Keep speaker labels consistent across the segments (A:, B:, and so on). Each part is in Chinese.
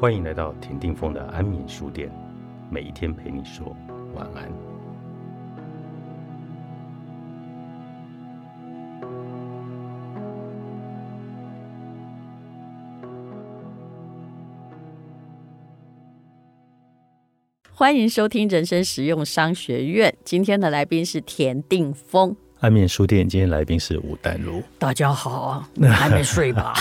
A: 欢迎来到田定峰的安眠书店，每一天陪你说晚安。
B: 欢迎收听人生实用商学院。今天的来宾是田定峰，
A: 安眠书店今天来宾是吴淡如，
B: 大家好，你还没睡吧？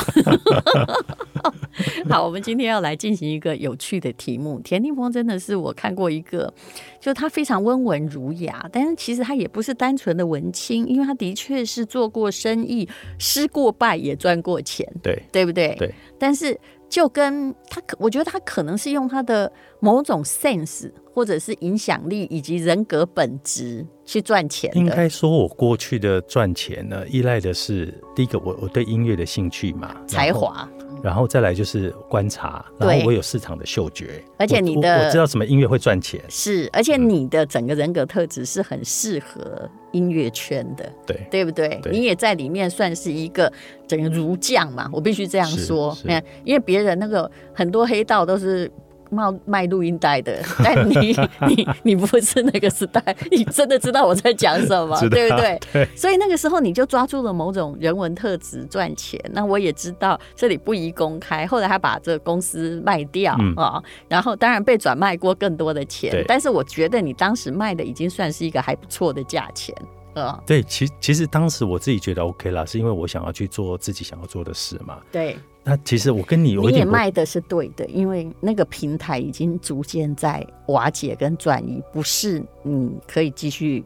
B: 好，我们今天要来进行一个有趣的题目。田定峰真的是我看过一个，就他非常温文儒雅，但是其实他也不是单纯的文青，因为他的确是做过生意，失过败，也赚过钱，
A: 对
B: 对不对？
A: 对。
B: 但是就跟他可，我觉得他可能是用他的某种 sense，或者是影响力以及人格本质去赚钱
A: 应
B: 的。
A: 该说我过去的赚钱呢，依赖的是第一个我我对音乐的兴趣嘛，然后
B: 才，华，
A: 然后再来就是观察，然
B: 对
A: 后我有市场的嗅觉，
B: 而且你
A: 我
B: 的
A: 我我知道什么音乐会赚钱，
B: 是，而且
A: 嗯
B: 你的整个人格特质是很适合音乐圈的，
A: 对
B: 对不对？
A: 对
B: 你也在里面算是一个整个儒将嘛，我必须这样
A: 是
B: 说
A: 是。
B: 嗯，因为别人那个很多黑道都是。卖卖录音带的， 但你你你不是那个时代，你真的知道我在讲什么，
A: 知道
B: 对不对？
A: 对
B: 所以那个时候你就抓住了某种人文特质赚钱。那我也知道这里不宜公开，后来他把这个公司卖掉啊、
A: 嗯
B: 哦然后当然被转卖过更多的钱
A: 对，
B: 但是我觉得你当时卖的已经算是一个还不错的价钱啊、
A: 对，其其实当时我自己觉得 OK 啦，是因为我想要去做自己想要做的事嘛。
B: 对，
A: 那其实我跟你有
B: 你
A: 一
B: 也
A: 点不
B: 卖的是对的，因为那个平台已经逐渐在瓦解跟转移，不是你可以继续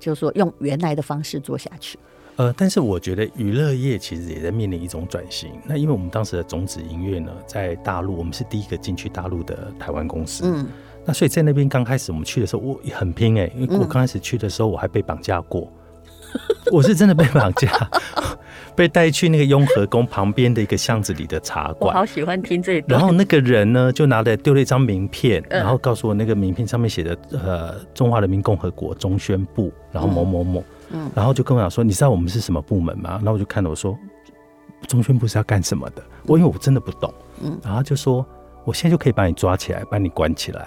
B: 就说用原来的方式做下去。
A: 呃，但是我觉得娱乐业其实也在面临一种转型。那因为我们当时的种子音乐呢，在大陆，我们是第一个进去大陆的台湾公司。
B: 嗯，
A: 那所以在那边刚开始我们去的时候，我很拼哎、因为我
B: 嗯
A: 刚开始去的时候我还被绑架过， 我是真的被绑架， 被带去那个雍和宫旁边的一个巷子里的茶
B: 我
A: 馆。
B: 好喜欢听这一
A: 然
B: 段。
A: 后那个人呢，就拿了丢了一张名片，
B: 嗯
A: 然后告诉我那个名片上面写的呃中华人民共和国中宣部，然后某某某，
B: 嗯
A: 然后就跟我讲说，你知道我们是什么部门吗？然后我就看了我说，中宣部是要干什么的？我因为我真的不懂，
B: 嗯
A: 然后他就说我现在就可以把你抓起来，把你关起来。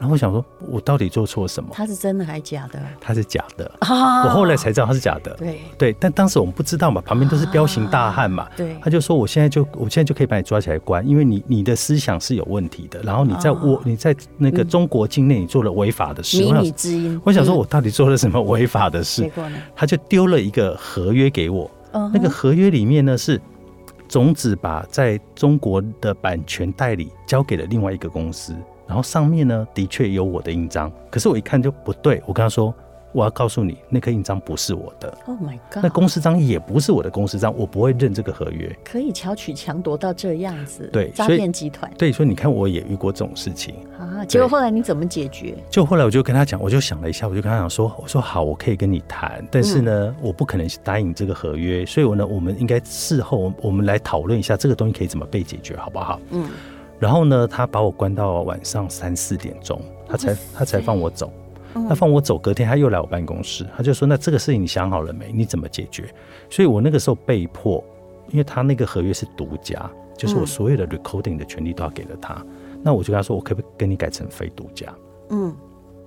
A: 然后我想说，我到底做错什么？
B: 他是真的还假的？
A: 他是假的，
B: 啊
A: 我后来才知道他是假的。
B: 对
A: 对，但当时我们不知道嘛，旁边都是彪形大汉嘛，
B: 对
A: 他就说：“我现在就，我现在就可以把你抓起来关，因为你你的思想是有问题的，然后你在我、
B: 哦
A: 你在那个中国境内你做了违法的事。
B: 迷
A: 我
B: 你
A: 想，
B: 之音。
A: 我想说，
B: 嗯
A: 我到底做了什么违法的
B: 结
A: 事？
B: 果呢？
A: 他就丢了一个合约给我，
B: 嗯哼
A: 那个合约里面呢是种子把在中国的版权代理交给了另外一个公司，然后上面呢的确有我的印章，可是我一看就不对，我跟他说。”我要告诉你，那颗印章不是我的，
B: Oh my God，
A: 那公司章也不是我的公司章，我不会认这个合约。
B: 可以巧取强夺到这样子，
A: 对
B: 诈
A: 所以
B: 骗集团
A: 对，所以你看，我也遇过这种事情。
B: 啊！结果后来你怎么解决？
A: 就后来我就跟他讲，我就想了一下，我就跟他讲说，我说好，我可以跟你谈，但
B: 嗯
A: 是呢，我不可能答应你这个合约，所以我呢，我们应该事后我们来讨论一下这个东西可以怎么被解决，好不好？
B: 嗯，
A: 然后呢，他把我关到晚上三四点钟，他才他才放我走。
B: 嗯
A: 他放我走，隔天他又来我办公室，他就说：“那这个事情你想好了没？你怎么解决？”所以我那个时候被迫，因为他那个合约是独家，就是我
B: 嗯
A: 所有的 recording 的权利都要给了他。那我就跟他说：“我可不可以跟你改成非独家
B: 嗯，？”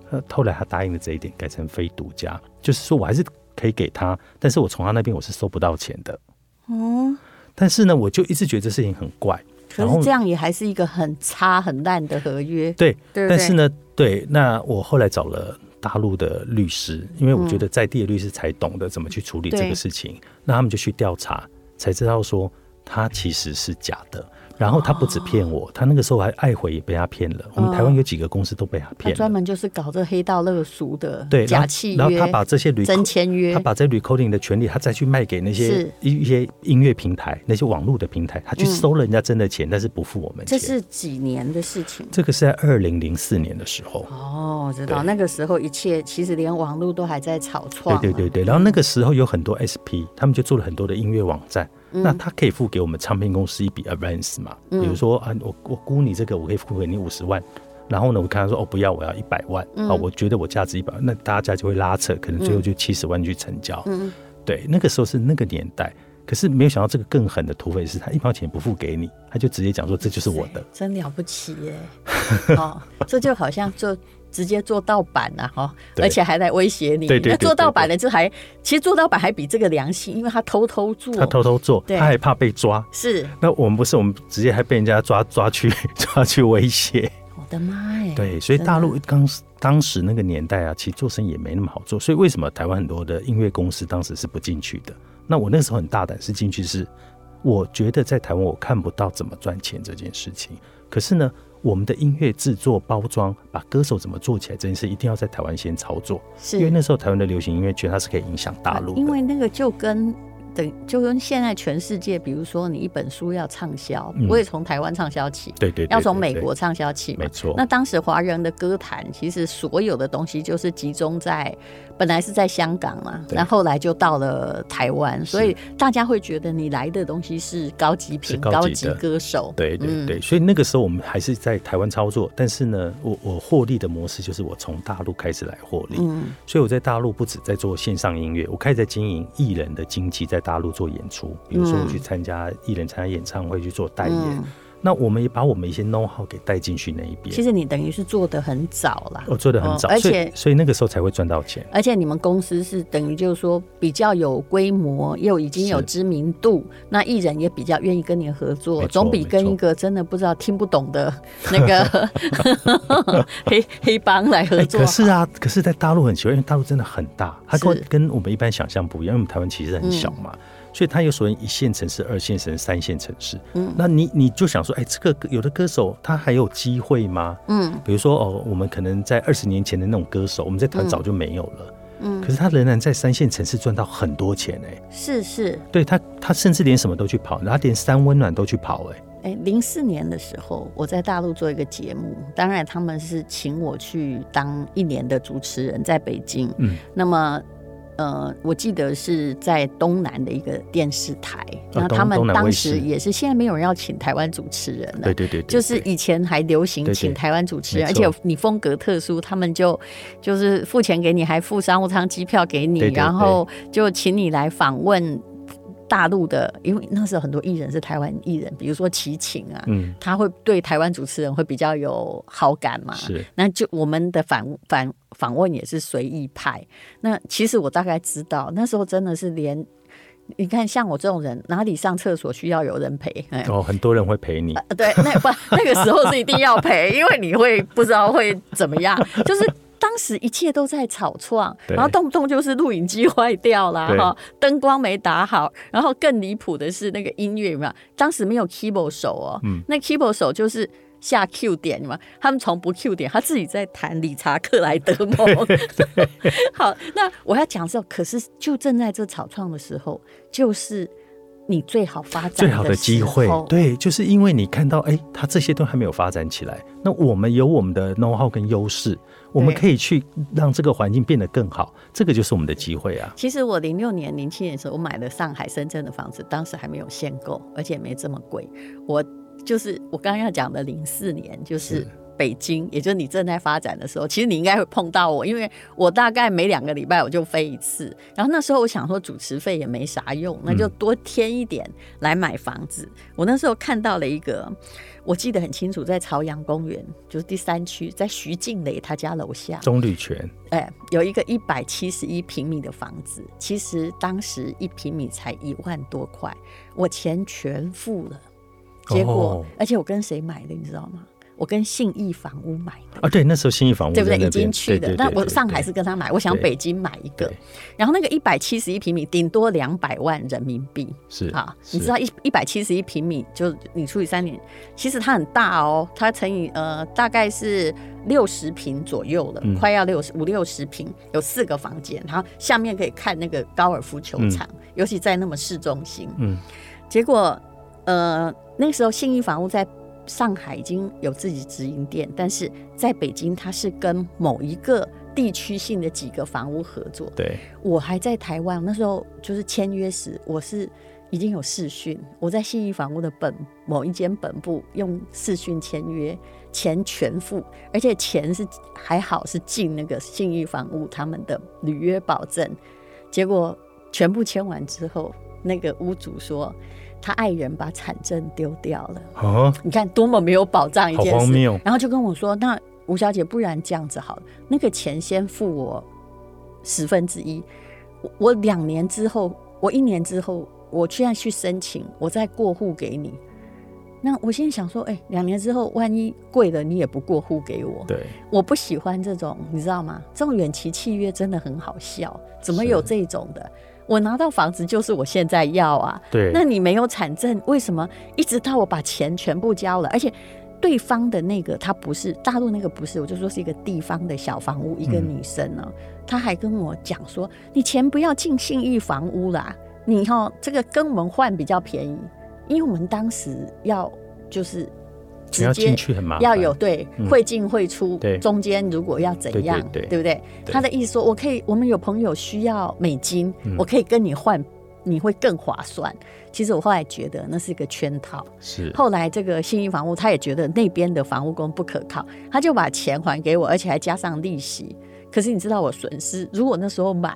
A: 呃，后来他答应了这一点，改成非独家，就是说我还是可以给他，但是我从他那边我是收不到钱的。
B: 嗯，
A: 但是呢，我就一直觉得这事情很怪。
B: 可
A: 然后
B: 是这样也还是一个很差很烂的合约，
A: 对，
B: 对不对？
A: 但是呢，对，那我后来找了大陆的律师，因为我
B: 嗯
A: 觉得在地的律师才懂得怎么去处理这个事情。那他们就去调查，才知道说他其实是假的。然后他不止骗我，
B: 哦
A: 他那个时候还爱回也被他骗了。我们台湾有几个公司都被他
B: 他
A: 骗
B: 专
A: 了。
B: 门就是搞这黑道勒赎的
A: 对，然
B: 假
A: 后
B: 契
A: 然后他
B: 约、
A: 把这些旅
B: 真签约
A: 他，把这 recording 的权利，他再去卖给那些
B: 是
A: 一一些音乐平台、那些网络的平台，他去收了人家真的钱，但是不付我们
B: 这
A: 钱。
B: 是几年的事情。
A: 这个是在二零零四年的时候。
B: 哦，我知道
A: 对
B: 那个时候一切其实连网络都还在草创
A: 对
B: 嘛，
A: 对对对，然后那个时候有很多 SP，他们就做了很多的音乐网站。
B: 嗯
A: 那他可以付给我们唱片公司一笔 advance 嘛？比如说啊，我我估你这个，我可以付给你五十万。然后呢，我跟他说哦，不要，我要一百万啊、
B: 嗯
A: 我觉得我价值一百万，那大家就会拉扯，可能最后就七十万去成交。
B: 嗯，
A: 对，那个时候是那个年代。可是没有想到这个更狠的土匪是他一毛钱不付给你，他就直接讲说这就是我的，
B: 哎真了不起耶！ 哦，这就好像做直接做盗版了、啊、哈、哦，
A: 对
B: 而且还来威胁你。
A: 对对对
B: 那做盗版的就还，其实做盗版还比这个良心，因为他偷偷做，
A: 他偷偷做，
B: 对
A: 他还怕被抓。
B: 是，
A: 那我们不是，我们直接还被人家抓抓去 抓去威胁。
B: 我的妈耶！
A: 对，所以
B: 哎真的
A: 大陆当时当时那个年代啊，其实做生意也没那么好做，所以为什么台湾很多的音乐公司当时是不进去的？那我那时候很大胆，是进去是，我觉得在台湾我看不到怎么赚钱这件事情。可是呢，我们的音乐制作、包装，把歌手怎么做起来这件事，一定要在台湾先操作，
B: 是啊
A: 因为那时候台湾的流行音乐圈它是可以影响大陆的。
B: 因为那个就跟等就跟现在全世界，比如说你一本书要畅销，
A: 嗯
B: 我也从台湾畅销起，
A: 对对对，
B: 要从
A: 对
B: 美
A: 对
B: 国畅销起嘛
A: 没。错。
B: 那当时华人的歌坛，其实所有的东西就是集中在，本来是在香港嘛，
A: 对
B: 然后后来就到了台湾，
A: 是
B: 所以大家会觉得你来的东西是高级品、
A: 是高级的
B: 歌手，
A: 对对
B: 嗯
A: 对，所以那个时候我们还是在台湾操作，但是呢，我我获利的模式就是我从大陆开始来获利，
B: 嗯，
A: 所以我在大陆不止在做线上音乐，我开始在经营艺人的经济，在大陆做演出，比如说我去参加艺人参加演唱会去做代言，
B: 嗯
A: 那我们也把我们一些 know how 给带进去那一
B: 其
A: 边，
B: 实你等于是做的很早啦，
A: 我做的很早，
B: 哦而
A: 所以
B: 且
A: 所以那个时候才会赚到钱。
B: 而且你们公司是等于就是说比较有规模，又已经有
A: 是
B: 知名度，那艺人也比较愿意跟你合作，
A: 没错
B: 总比跟一个真的不知道听不懂的那 个 黑黑帮来合
A: 哎，
B: 作。
A: 可是啊，可是在大陆很奇怪，因为大陆真的很大，它跟
B: 是嗯
A: 跟我们一般想象不一样，因为我们台湾其实很小嘛，所以它有所谓一线城市、二线城市、三线城市。
B: 嗯
A: 那你你就想说，哎，这个歌有的歌手他还有机会吗？
B: 嗯
A: 比如说哦，我们可能在二十年前的那种歌手，我们在台湾早就没有了，
B: 嗯，
A: 可是他仍然在三线城市赚到很多钱哎、
B: 是是，
A: 对他，他甚至连什么都去跑，然后他连三温暖都去跑哎、
B: 哎，零四年的时候，我在大陆做一个节目，当然他们是请我去当一年的主持人，在北京。
A: 嗯，
B: 那么。呃，我记得是在东南的一个电视台，
A: 呃
B: 那
A: 东
B: 他们
A: 东南卫
B: 当
A: 视
B: 时也是，现在没有人要请台湾主持人了
A: 对，对对对，
B: 就是
A: 对
B: 以前还流行
A: 对对
B: 请台湾主持人，
A: 没
B: 而
A: 错
B: 且你风格特殊，他们就就是付钱给你，还付商务舱机票给你，
A: 对对对
B: 然后就请你来访问大陆的，因为那时候很多艺人是台湾艺人，比如说齐秦啊，
A: 嗯
B: 他会对台湾主持人会比较有好感嘛。
A: 是
B: 那就我们的反反访问也是随意派。那其实我大概知道，那时候真的是连你看像我这种人，哪里上厕所需要有人陪？哎
A: 哦，很多人会陪你，
B: 呃对，那不 那个时候是一定要赔，因为你会不知道会怎么样，就是。当时一切都在草创，
A: 对
B: 然后动不动就是录影机坏掉啦，
A: 对
B: 哈，灯光没打好，然后更离谱的是那个音乐嘛，当时没有 keyboard 手哦，
A: 嗯
B: 那 keyboard 手就是下 Q 点嘛，他们从不 Q 点，他自己在弹理查克莱德蒙。 好，那我要讲的时候，可是就正在这草创的时候，就是你最好发展
A: 最好的机会
B: 时候，
A: 对，就是因为你看到，哎、他这些都还没有发展起来，那我们有我们的 know how 跟优势，我们
B: 对
A: 可以去让这个环境变得更好，这个就是我们的机会啊。
B: 其实我零六年、零七年的时候，我买了上海、深圳的房子，当时还没有限购，而且也没这么贵。我就是我刚刚要讲的零四年，就是
A: 是
B: 北京，也就是你正在发展的时候，其实你应该会碰到我，因为我大概每两个礼拜我就飞一次。然后那时候我想说主持费也没啥用，那就多添一点来买房子。我那时候看到了一个，我记得很清楚，在朝阳公园，就是第三区，在徐静蕾她家楼下。
A: 棕榈泉
B: 哎，有一个一百七十一平米的房子，其实当时一平米才一万多块，我钱全付了，结果、
A: 哦
B: 而且我跟谁买的，你知道吗？我跟信义房屋买的。
A: 啊，对，那时候新义房屋
B: 对不
A: 在
B: 对？
A: 那
B: 已
A: 边
B: 经去
A: 对
B: 的
A: 对，
B: 那
A: 对
B: 我
A: 对
B: 上海是跟他买，我想
A: 对
B: 北京买一个
A: 对，
B: 然后那个一百七十一平米，顶多两百万人民币，
A: 是
B: 啊，
A: 是
B: 你知道一一百七十一平米，就你除以三点，其实它很大哦，它乘以呃大概是六十平左右了，
A: 嗯
B: 快要六十五六十平，有四个房间，然后下面可以看那个高尔夫球场，尤其在那么市中心。
A: 嗯，
B: 结果呃那个时候信义房屋在。上海已经有自己直营店，但是在北京它是跟某一个地区性的几个房屋合作，
A: 对，
B: 我还在台湾，那时候就是签约时，我是已经有视讯，我在信义房屋的本某一间本部用视讯签约，钱全付，而且钱是还好是进那个信义房屋他们的履约保证，结果全部签完之后，那个屋主说，他爱人把产证丢掉了。
A: 啊，
B: 你看多么没有保障一
A: 好
B: 件
A: 荒
B: 事。
A: 谬，
B: 然后就跟我说：“那吴小姐，不然这样子好了，那个钱先付我十分之一，我我两年之后，我一年之后，我现在去申请，我再过户给你。”那我现在想说，哎、两年之后万一贵了，你也不过户给我，
A: 对，
B: 我不喜欢这种，你知道吗？这种远期契约真的很好笑，怎么有
A: 是
B: 这种的？我拿到房子就是我现在要啊，
A: 对，
B: 那你没有产证，为什么一直到我把钱全部交了，而且对方的那个他不是大陆那个不是，我就说是一个地方的小房屋，一
A: 嗯
B: 个女生呢、她还跟我讲说，你钱不要进信义房屋啦，你哈、这个跟我们换比较便宜，因为我们当时要就是
A: 你
B: 直
A: 要
B: 接
A: 进去很麻烦，
B: 要有对
A: 嗯
B: 会进会出，
A: 对
B: 中间如果要怎样，
A: 对对对
B: 不对？
A: 对
B: 他的意思说，我可以，我们有朋友需要美金，
A: 嗯
B: 我可以跟你换，你会更划算。其实我后来觉得那是一个圈套。
A: 是
B: 后来这个信义房屋他也觉得那边的房屋工不可靠，他就把钱还给我，而且还加上利息。可是你知道我损失，如果那时候买，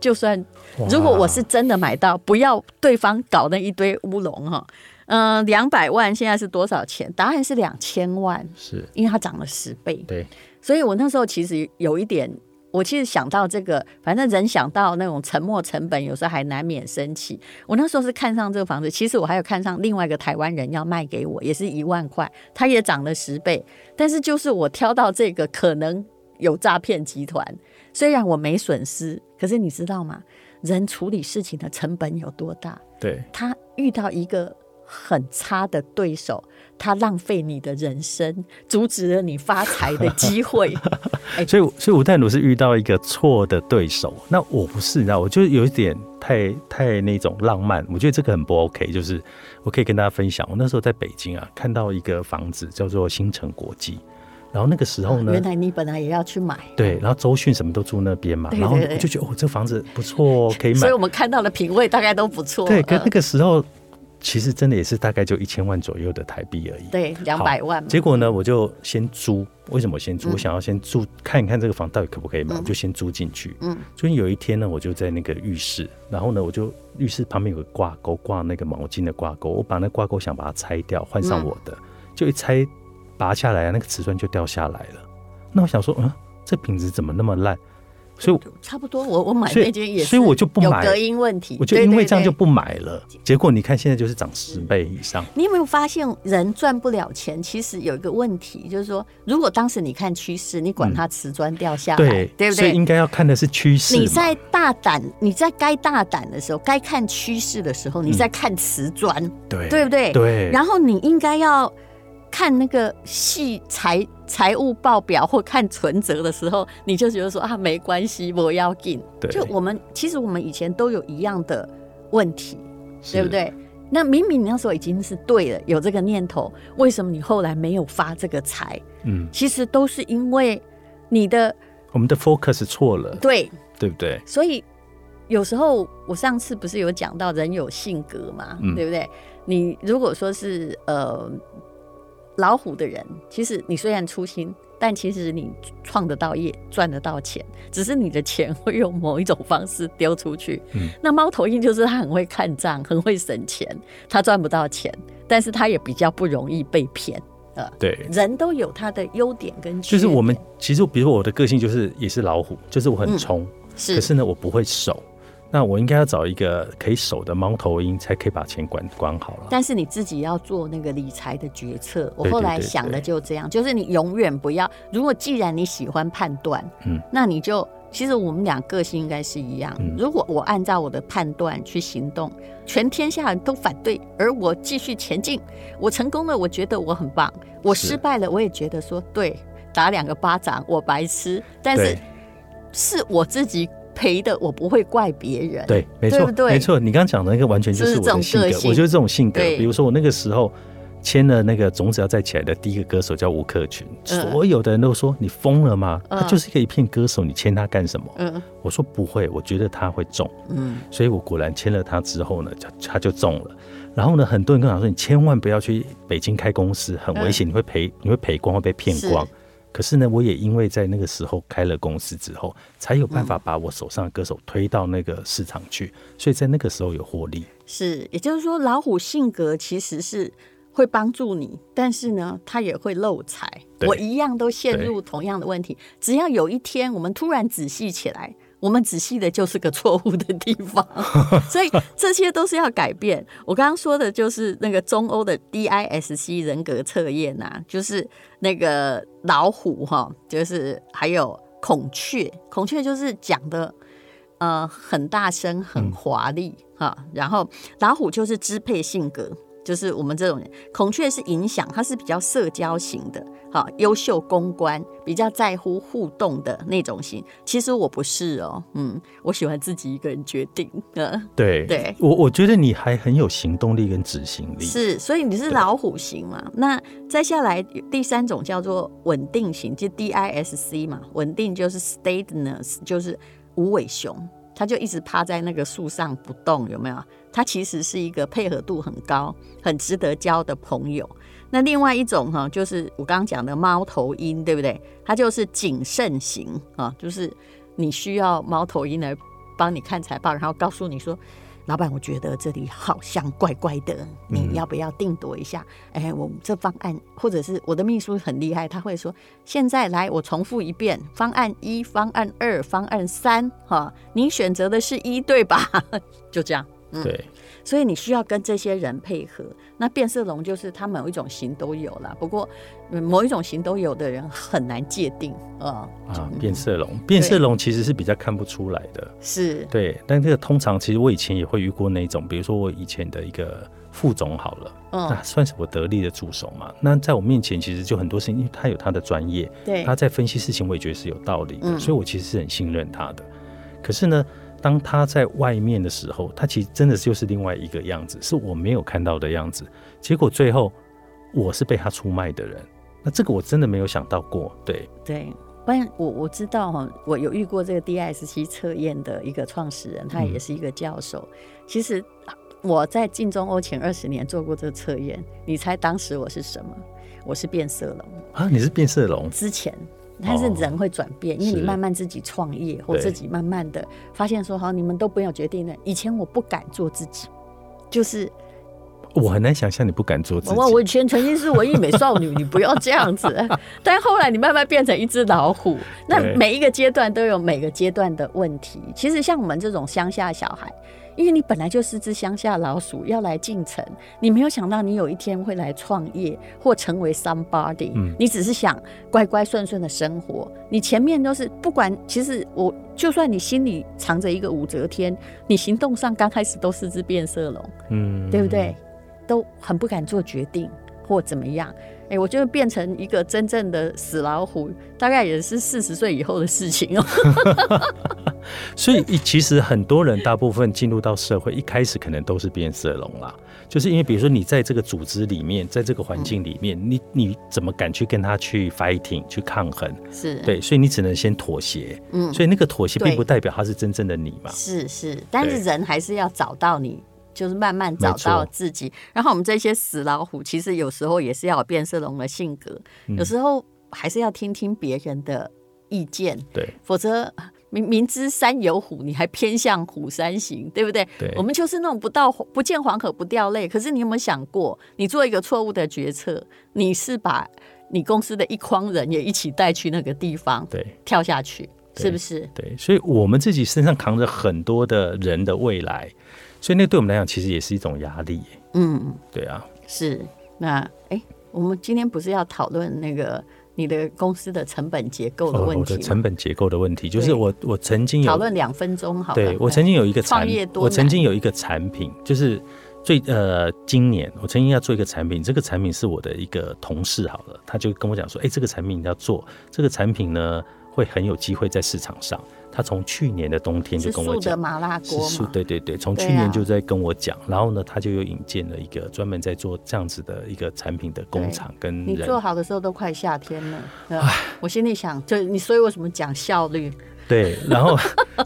B: 就算
A: 哇
B: 如果我是真的买到，不要对方搞那一堆乌龙哈。嗯、两百万现在是多少钱？答案是两千万，
A: 是，
B: 因为它涨了十倍。
A: 对，
B: 所以我那时候其实有一点，我其实想到这个，反正人想到那种沉没成本，有时候还难免生气。我那时候是看上这个房子，其实我还有看上另外一个台湾人要卖给我，也是一万块，它也涨了十倍，但是就是我挑到这个可能有诈骗集团，虽然我没损失，可是你知道吗？人处理事情的成本有多大？
A: 对，
B: 他遇到一个很差的对手，他浪费你的人生，阻止了你发财的机 会。
A: 所以所以吴淡如是遇到一个错的对手，那我不是，你知道，我就是有一点太太那种浪漫，我觉得这个很不 OK。就是我可以跟大家分享，我那时候在北京啊，看到一个房子叫做新城国际，然后那个时候呢
B: 啊原。来你本来也要去买，
A: 对，然后周迅什么都住那边嘛，
B: 对
A: 然后
B: 对对
A: 我就觉得哦，这房子不错哦，可以买
B: 所以。我们看到的品味大概都不错。
A: 对，跟
B: 嗯
A: 那个时候其实真的也是大概就一千万左右的台币而已。
B: 对两百万嘛，
A: 结果呢，我就先租。为什么我先租？
B: 嗯
A: 我想要先住看一看这个房到底可不可以买，
B: 嗯
A: 我就先租进去。
B: 嗯，
A: 所以有一天呢，我就在那个浴室，然后呢，我就浴室旁边有个挂钩，挂那个毛巾的挂钩，我把那挂钩想把它拆掉，换上
B: 嗯
A: 我的，就一拆拔下来，啊那个瓷砖就掉下来了。那我想说，嗯，这品质怎么那么烂？所以
B: 差不多。我我买
A: 所以
B: 那间也是，
A: 所以我就不买
B: 有隔音问题。
A: 我就因为这样就
B: 对对对
A: 不买了。结果你看现在就是涨十倍以上，
B: 你有没有发现，人赚不了钱，其实有一个问题，就是说，如果当时你看趋势，你管它瓷砖掉下
A: 嗯
B: 来，
A: 对
B: 对不
A: 所以
B: 对？
A: 应该要看的是趋势嘛。
B: 你在大胆，你在该大胆的时候，该看趋势的时候，你在看瓷砖，
A: 嗯对
B: 对不对？
A: 对，
B: 然后你应该要看那个细财财务报表或看存折的时候，你就觉得说啊，没关系，我要进。
A: 对
B: 就我们其实我们以前都有一样的问题，
A: 是
B: 对不？对？那明明你那时候已经是对了，有这个念头，为什么你后来没有发这个财？
A: 嗯，
B: 其实都是因为你的
A: 我们的 focus 错了，
B: 对
A: 对不对？
B: 所以有时候我上次不是有讲到人有性格嘛，
A: 嗯
B: 对不对？你如果说是呃老虎的人，其实你虽然粗心，但其实你创得到业，赚得到钱，只是你的钱会用某一种方式丢出去。
A: 嗯
B: 那猫头鹰就是它很会看账，很会省钱，它赚不到钱，但是它也比较不容易被骗。
A: 对，
B: 人都有他的优点跟缺
A: 就
B: 点，
A: 是我们其实，比如我的个性就是也是老虎，就是我很冲，可
B: 嗯是
A: 是呢，我不会守。那我应该要找一个可以守的猫头鹰，才可以把钱管管好了。
B: 但是你自己要做那个理财的决策。
A: 啊
B: 我
A: 对对
B: 后来
A: 对
B: 想的
A: 对
B: 就这样，就是你永远不要，如果既然你喜欢判断，
A: 嗯，
B: 那你就其实我们俩个性应该是一样。
A: 嗯
B: 如果我按照我的判断去行动，全天下人都反对，而我继续前进，我成功了，我觉得我很棒；我
A: 是
B: 失败了，我也觉得说对，打两个巴掌，我白痴。但是
A: 对
B: 是我自己赔的，我不会怪别人。
A: 对，没
B: 对
A: 错
B: 不，对
A: 没错。你刚刚讲的那个完全就是我的性格
B: 就是这种个，性
A: 我就是这种性格
B: 对。
A: 比如说我那个时候签了那个《种子要再起来》的第一个歌手叫吴克群，
B: 嗯
A: 所有的人都说你疯了吗？
B: 嗯
A: 他就是一个一片歌手，你签他干什么？
B: 嗯
A: 我说不会，我觉得他会中。
B: 嗯，
A: 所以我果然签了他之后呢，他他就中了。然后呢，很多人跟我讲说，你千万不要去北京开公司，很危险，你会赔，你会赔光，会被骗光
B: 是。
A: 可是呢，我也因为在那个时候开了公司之后，才有办法把我手上的歌手推到那个市场去，所以在那个时候有获利。
B: 是，也就是说，老虎性格其实是会帮助你，但是呢，它也会漏财。
A: 对
B: 我一样都陷入同样的问题。只要有一天我们突然仔细起来，我们仔细的就是个错误的地方， 所以这些都是要改变。我刚刚说的就是那个中欧的 DISC 人格测验啊，就是那个老虎哈，就是还有孔雀，孔雀就是讲的呃很大声、很华丽哈，然后老虎就是支配性格。就是我们这种人，孔雀是影响，它是比较社交型的，好，优秀公关，比较在乎互动的那种型。其实我不是哦，嗯，我喜欢自己一个人决定，嗯，
A: 对，
B: 对
A: 我我觉得你还很有行动力跟执行力。
B: 是，所以你是老虎型嘛？那再下来第三种叫做稳定型，就 DISC 嘛，稳定就是 steadiness，就是无尾熊，它就一直趴在那个树上不动，有没有？它其实是一个配合度很高、很值得交的朋友。那另外一种哈，就是我刚刚讲的猫头鹰，对不对？它就是谨慎型啊，就是你需要猫头鹰来帮你看财报，然后告诉你说，老板，我觉得这里好像怪怪的，你要不要定夺一下？哎、我们这方案，或者是我的秘书很厉害，他会说，现在来，我重复一遍，方案一、方案二、方案三，哈，你选择的是一，对吧？ 就这样。
A: 对，
B: 所以你需要跟这些人配合。那变色龙就是它某一种型都有啦，不过嗯某一种型都有的人很难界定啊、呃
A: 啊，变色龙，变色龙其实是比较看不出来的。
B: 是
A: 对，但这个通常其实我以前也会遇过那种，比如说我以前的一个副总好了，
B: 嗯
A: 那算是我得力的助手嘛。那在我面前其实就很多事情，因为他有他的专业，
B: 对
A: 他在分析事情，我也觉得是有道理的，
B: 嗯
A: 所以我其实是很信任他的。可是呢，当他在外面的时候，他其实真的就是另外一个样子，是我没有看到的样子。结果最后我是被他出卖的人，那这个我真的没有想到过。对，
B: 对。不然我我知道哈，我有遇过这个 DSC 测验的一个创始人，他也是一个教授。
A: 嗯
B: 其实啊我在晋中欧前二十年做过这个测验，你猜当时我是什么？我是变色龙。
A: 啊，你是变色龙，
B: 之前，但是人会转变，因为
A: 哦是
B: 你慢慢自己创业或
A: 对
B: 自己慢慢的发现说，好，你们都不要决定了。以前我不敢做自己，就是
A: 我很难想象你不敢做自己。
B: 我我以前曾经是文艺美少女，你不要这 样子。但后来你慢慢变成一只老虎，那
A: 对
B: 每一个阶段都有每个阶段的问题。其实像我们这种乡下小孩，因为你本来就是只乡下老鼠，要来进城，你没有想到你有一天会来创业或成为 somebody，、
A: 嗯
B: 你只是想乖乖顺顺的生活。你前面都是不管，其实我就算你心里藏着一个武则天，你行动上刚开始都是只变色龙。
A: 嗯
B: 对不对？？都很不敢做决定或怎么样。哎，我觉得变成一个真正的死老虎，大概也是四十岁以后的事情哦。
A: 所以其实很多人大部分进入到社会，一开始可能都是变色龙啦，就是因为比如说你在这个组织里面，在这个环境里面，你你怎么敢去跟他去 fighting 去抗衡？
B: 是，
A: 对，所以你只能先妥协。
B: 嗯，
A: 所以那个妥协
B: 对
A: 并不代表他是真正的你嘛。
B: 是是，但是
A: 对
B: 人还是要找到你，就是慢慢找
A: 没错
B: 到自己。然后我们这些死老虎，其实有时候也是要有变色龙的性格，有时候还是要听听别人的意见，
A: 对
B: 否则明明知山有虎，你还偏向虎山行，对不对？
A: 对
B: 我们就是那种不到不见黄河不掉泪。可是你有没有想过，你做一个错误的决策，你是把你公司的一筐人也一起带去那个地方
A: 对
B: 跳下去，
A: 对
B: 是不是？
A: 对，所以我们自己身上扛着很多的人的未来，所以那对我们来讲其实也是一种压力耶。
B: 嗯，
A: 对啊，
B: 是。那哎，诶我们今天不是要讨论那个你的公司的成本结构的问
A: 哦我
B: 题
A: 的
B: 吗？
A: 成本结构的问题，就是
B: 对
A: 我我曾经有
B: 讨论两分钟好了。
A: 对我曾经有一个
B: 创
A: 产
B: 业，多
A: 我曾
B: 难
A: 经有一个产品，就是最呃，今年我曾经要做一个产品，这个产品是我的一个同事好了，他就跟我讲说，哎、这个产品你要做，这个产品呢会很有机会在市场上。他从去年的冬天就是跟我
B: 素的
A: 讲。
B: 麻辣锅
A: 是
B: 嘛？
A: 素，对对对，从去
B: 对啊
A: 年就在跟我讲，然后呢，他就又引荐了一个专门在做这样子的一个产品的工
B: 对
A: 厂跟
B: 你
A: 人
B: 做，好的时候都快夏天了，对吧我心里想，就你所以为什么讲效率？
A: 对，然后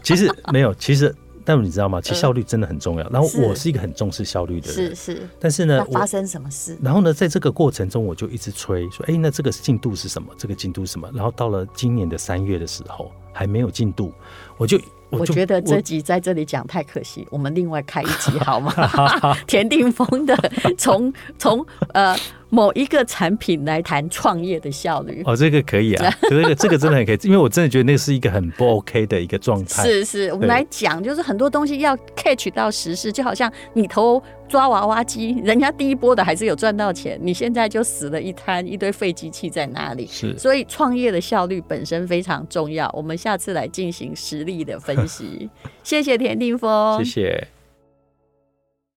A: 其实没有，其实但你知道吗？其实效率真的很重要。然后
B: 嗯是
A: 我是一个很重视效率的人
B: 是，是，
A: 但是
B: 那
A: 呢，
B: 发
A: 我
B: 生什么事？
A: 然后呢，在这个过程中，我就一直催说，哎，那这个进度是什么？这个进度是什么？然后到了今年的三月的时候，还没有进度，我就
B: 我
A: 就
B: 觉得这
A: 我
B: 集在这里讲太可惜，我们另外开一 集好吗？ 田定峰的 从从呃某一个产品来谈创业的效率，
A: 哦，这个可以 啊，这个这个真的很可以，因为我真的觉得那是一个很不 OK 的一个状态。
B: 是是，我们
A: 对
B: 来讲，就是很多东西要 catch 到时事，就好像你投抓娃娃机，人家第一波的还是有赚到钱，你现在就死了一摊一堆废机器在那里。
A: 是
B: 所以创业的效率本身非常重要，我们下次来进行实例的分析。谢谢田定峰，
A: 谢谢。